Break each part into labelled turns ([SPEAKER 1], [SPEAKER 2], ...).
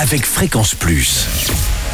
[SPEAKER 1] avec Fréquence Plus.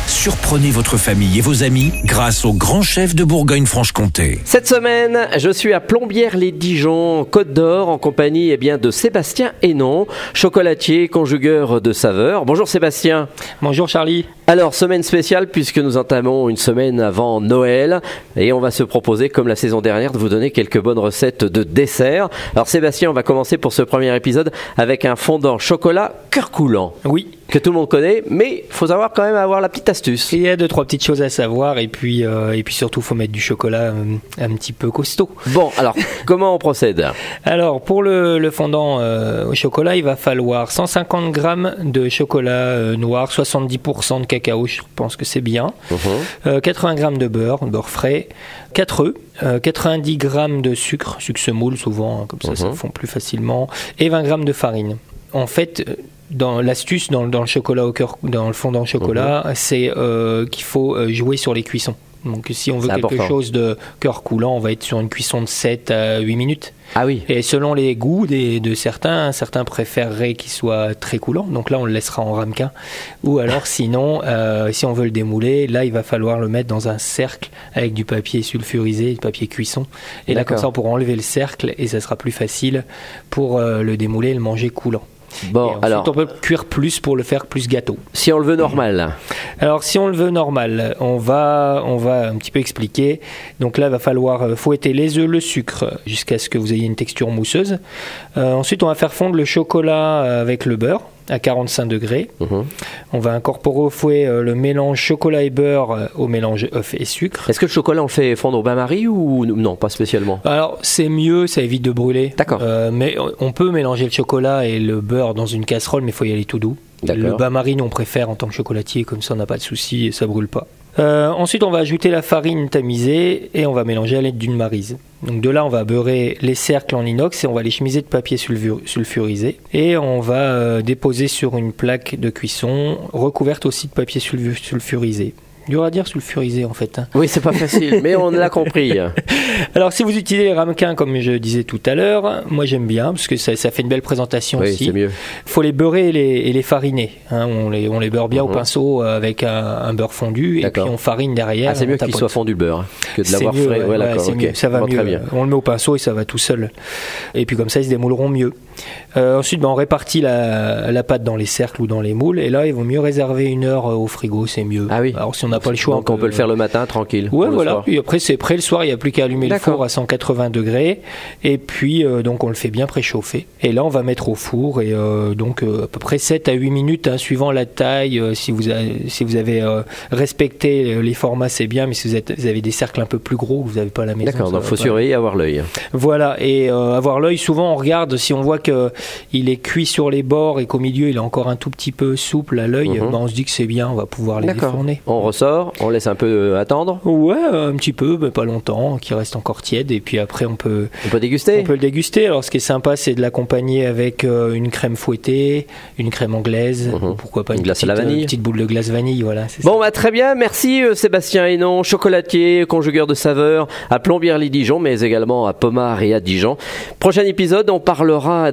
[SPEAKER 1] Surprenez votre famille et vos amis grâce au grand chef de Bourgogne-Franche-Comté.
[SPEAKER 2] Cette semaine, je suis à Plombières-les-Dijon, Côte d'Or, en compagnie eh bien, de Sébastien Hénon, chocolatier, conjugueur de saveurs. Bonjour Sébastien.
[SPEAKER 3] Bonjour Charlie.
[SPEAKER 2] Alors, semaine spéciale puisque nous entamons une semaine avant Noël et on va se proposer, comme la saison dernière, de vous donner quelques bonnes recettes de dessert. Alors Sébastien, on va commencer pour ce premier épisode avec un fondant chocolat cœur coulant
[SPEAKER 3] Oui.
[SPEAKER 2] que tout le monde connaît, mais faut savoir quand même avoir la petite astuce.
[SPEAKER 3] Il y a deux trois petites choses à savoir et puis euh, et puis surtout faut mettre du chocolat euh, un petit peu costaud.
[SPEAKER 2] Bon, alors, comment on procède
[SPEAKER 3] Alors pour le, le fondant euh, au chocolat, il va falloir 150 grammes de chocolat euh, noir, 70% de cacao, je pense que c'est bien, euh, 80 grammes de beurre, beurre frais, 4 œufs. euh, 90 grammes de sucre, sucre semoule souvent, hein, comme ça
[SPEAKER 2] Mhm.
[SPEAKER 3] ça fond plus facilement, et 20 grammes de farine. En fait, euh, dans l'astuce dans, le- dans le chocolat au cœur, dans le fondant au chocolat,
[SPEAKER 2] Mhm.
[SPEAKER 3] c'est euh, qu'il faut euh, jouer sur les cuissons. Donc si on veut
[SPEAKER 2] C'est
[SPEAKER 3] quelque
[SPEAKER 2] important.
[SPEAKER 3] chose de cœur coulant, on va être sur une cuisson de 7 à 8 minutes.
[SPEAKER 2] Ah oui.
[SPEAKER 3] Et selon les goûts des- de certains, certains préféreraient qu'il soit très coulant, donc là on le laissera en ramequin. Ou alors sinon, euh, si on veut le démouler, là il va falloir le mettre dans un cercle avec du papier sulfurisé, du papier cuisson. Et là
[SPEAKER 2] D'accord.
[SPEAKER 3] comme ça on pourra enlever le cercle et ça sera plus facile pour euh, le démouler et le manger coulant. et
[SPEAKER 2] Bon,
[SPEAKER 3] ensuite,
[SPEAKER 2] alors,
[SPEAKER 3] on peut cuire plus pour le faire plus gâteau.
[SPEAKER 2] si on le veut normal,
[SPEAKER 3] Alors si on le veut normal, on va, on va un petit peu expliquer. Donc là, il va falloir euh, fouetter les œufs, le sucre, jusqu'à ce que vous ayez une texture mousseuse. Euh, ensuite, on va faire fondre le chocolat euh, avec le beurre à 45 degrés.
[SPEAKER 2] Mhm.
[SPEAKER 3] On va incorporer au fouet euh, le mélange chocolat et beurre euh, au mélange œuf et sucre.
[SPEAKER 2] est-ce que le chocolat, on le fait fondre au bain-marie ou non, pas spécialement
[SPEAKER 3] Alors c'est mieux, ça évite de brûler.
[SPEAKER 2] D'accord.
[SPEAKER 3] Euh, mais on- on peut mélanger le chocolat et le beurre dans une casserole, mais il faut y aller tout doux.
[SPEAKER 2] D'accord.
[SPEAKER 3] Le bain-marie, nous, on préfère en tant que chocolatier, comme ça on n'a pas de souci et ça brûle pas. Euh, ensuite, on va ajouter la farine tamisée et on va mélanger à l'aide d'une marise. Donc de là, on va beurrer les cercles en inox et on va les chemiser de papier sulfu- sulfurisé et on va euh, déposer sur une plaque de cuisson recouverte aussi de papier sulfu- sulfurisé. Dur à dire sulfurisé en fait. hein.
[SPEAKER 2] Oui, c'est pas facile, mais on l'a compris.
[SPEAKER 3] Alors si vous utilisez les ramequins comme je disais tout à l'heure, moi j'aime bien parce que ça, ça fait une belle présentation
[SPEAKER 2] Oui,
[SPEAKER 3] aussi.
[SPEAKER 2] c'est mieux.
[SPEAKER 3] faut les beurrer et les, et les fariner. hein. on, les, on les beurre bien
[SPEAKER 2] Mhm.
[SPEAKER 3] au pinceau euh, avec un, un beurre fondu et puis
[SPEAKER 2] D'accord.
[SPEAKER 3] on farine derrière.
[SPEAKER 2] Ah, c'est
[SPEAKER 3] on
[SPEAKER 2] mieux qu'il
[SPEAKER 3] tapote.
[SPEAKER 2] soit fondu le beurre hein, que de
[SPEAKER 3] C'est
[SPEAKER 2] l'avoir
[SPEAKER 3] mieux,
[SPEAKER 2] frais.
[SPEAKER 3] ouais,
[SPEAKER 2] Ouais,
[SPEAKER 3] ouais,
[SPEAKER 2] d'accord,
[SPEAKER 3] c'est
[SPEAKER 2] ok.
[SPEAKER 3] mieux, ça va
[SPEAKER 2] Bon,
[SPEAKER 3] mieux. euh,
[SPEAKER 2] Très bien.
[SPEAKER 3] On le met au pinceau et ça va tout seul. Et puis comme ça, ils se démouleront mieux. Euh, ensuite, ben, on répartit la, la pâte dans les cercles ou dans les moules. Et là, il vaut mieux réserver une heure euh, au frigo, c'est mieux.
[SPEAKER 2] Ah oui.
[SPEAKER 3] Alors si on n'a pas le choix,
[SPEAKER 2] Donc on peut le faire le matin tranquille. pour
[SPEAKER 3] Ouais,
[SPEAKER 2] le
[SPEAKER 3] voilà.
[SPEAKER 2] soir.
[SPEAKER 3] Et après, c'est prêt le soir. Il n'y a plus qu'à allumer le
[SPEAKER 2] D'accord.
[SPEAKER 3] four à 180 degrés. Et puis, euh, donc, on le fait bien préchauffer. Et là, on va mettre au four. Et euh, donc, euh, à peu près 7 à 8 minutes, hein, suivant la taille. euh, si, vous avez, si vous avez euh, respecté euh, les formats, c'est bien. Mais si vous, êtes, vous avez des cercles un peu plus gros, que vous n'avez pas à la maison.
[SPEAKER 2] D'accord,
[SPEAKER 3] ça
[SPEAKER 2] donc
[SPEAKER 3] va
[SPEAKER 2] faut
[SPEAKER 3] pas.
[SPEAKER 2] surveiller, avoir l'œil.
[SPEAKER 3] Voilà. Et euh, avoir l'œil, souvent, on regarde. Si on voit que il est cuit sur les bords et qu'au milieu, il est encore un tout petit peu souple à l'œil,
[SPEAKER 2] Mhm.
[SPEAKER 3] ben, on se dit que c'est bien. On va pouvoir les
[SPEAKER 2] D'accord.
[SPEAKER 3] défourner.
[SPEAKER 2] On ressort, on laisse un peu euh, attendre,
[SPEAKER 3] Ouais, euh, un petit peu, mais pas longtemps, qui reste encore tiède. Et puis après, on peut,
[SPEAKER 2] on peut déguster.
[SPEAKER 3] on peut le déguster. Alors, ce qui est sympa, c'est de l'accompagner avec euh, une crème fouettée, une crème anglaise,
[SPEAKER 2] Mhm.
[SPEAKER 3] ou pourquoi pas
[SPEAKER 2] Une
[SPEAKER 3] une,
[SPEAKER 2] glace à
[SPEAKER 3] petite,
[SPEAKER 2] la
[SPEAKER 3] euh,
[SPEAKER 2] vanille.
[SPEAKER 3] petite boule de glace vanille. Voilà, c'est
[SPEAKER 2] Bon, bah très bien, merci euh, Sébastien Hénon, chocolatier, conjugueur de saveurs à Plombières-les-Dijon, mais également à Pomard et à Dijon. Prochain épisode, on parlera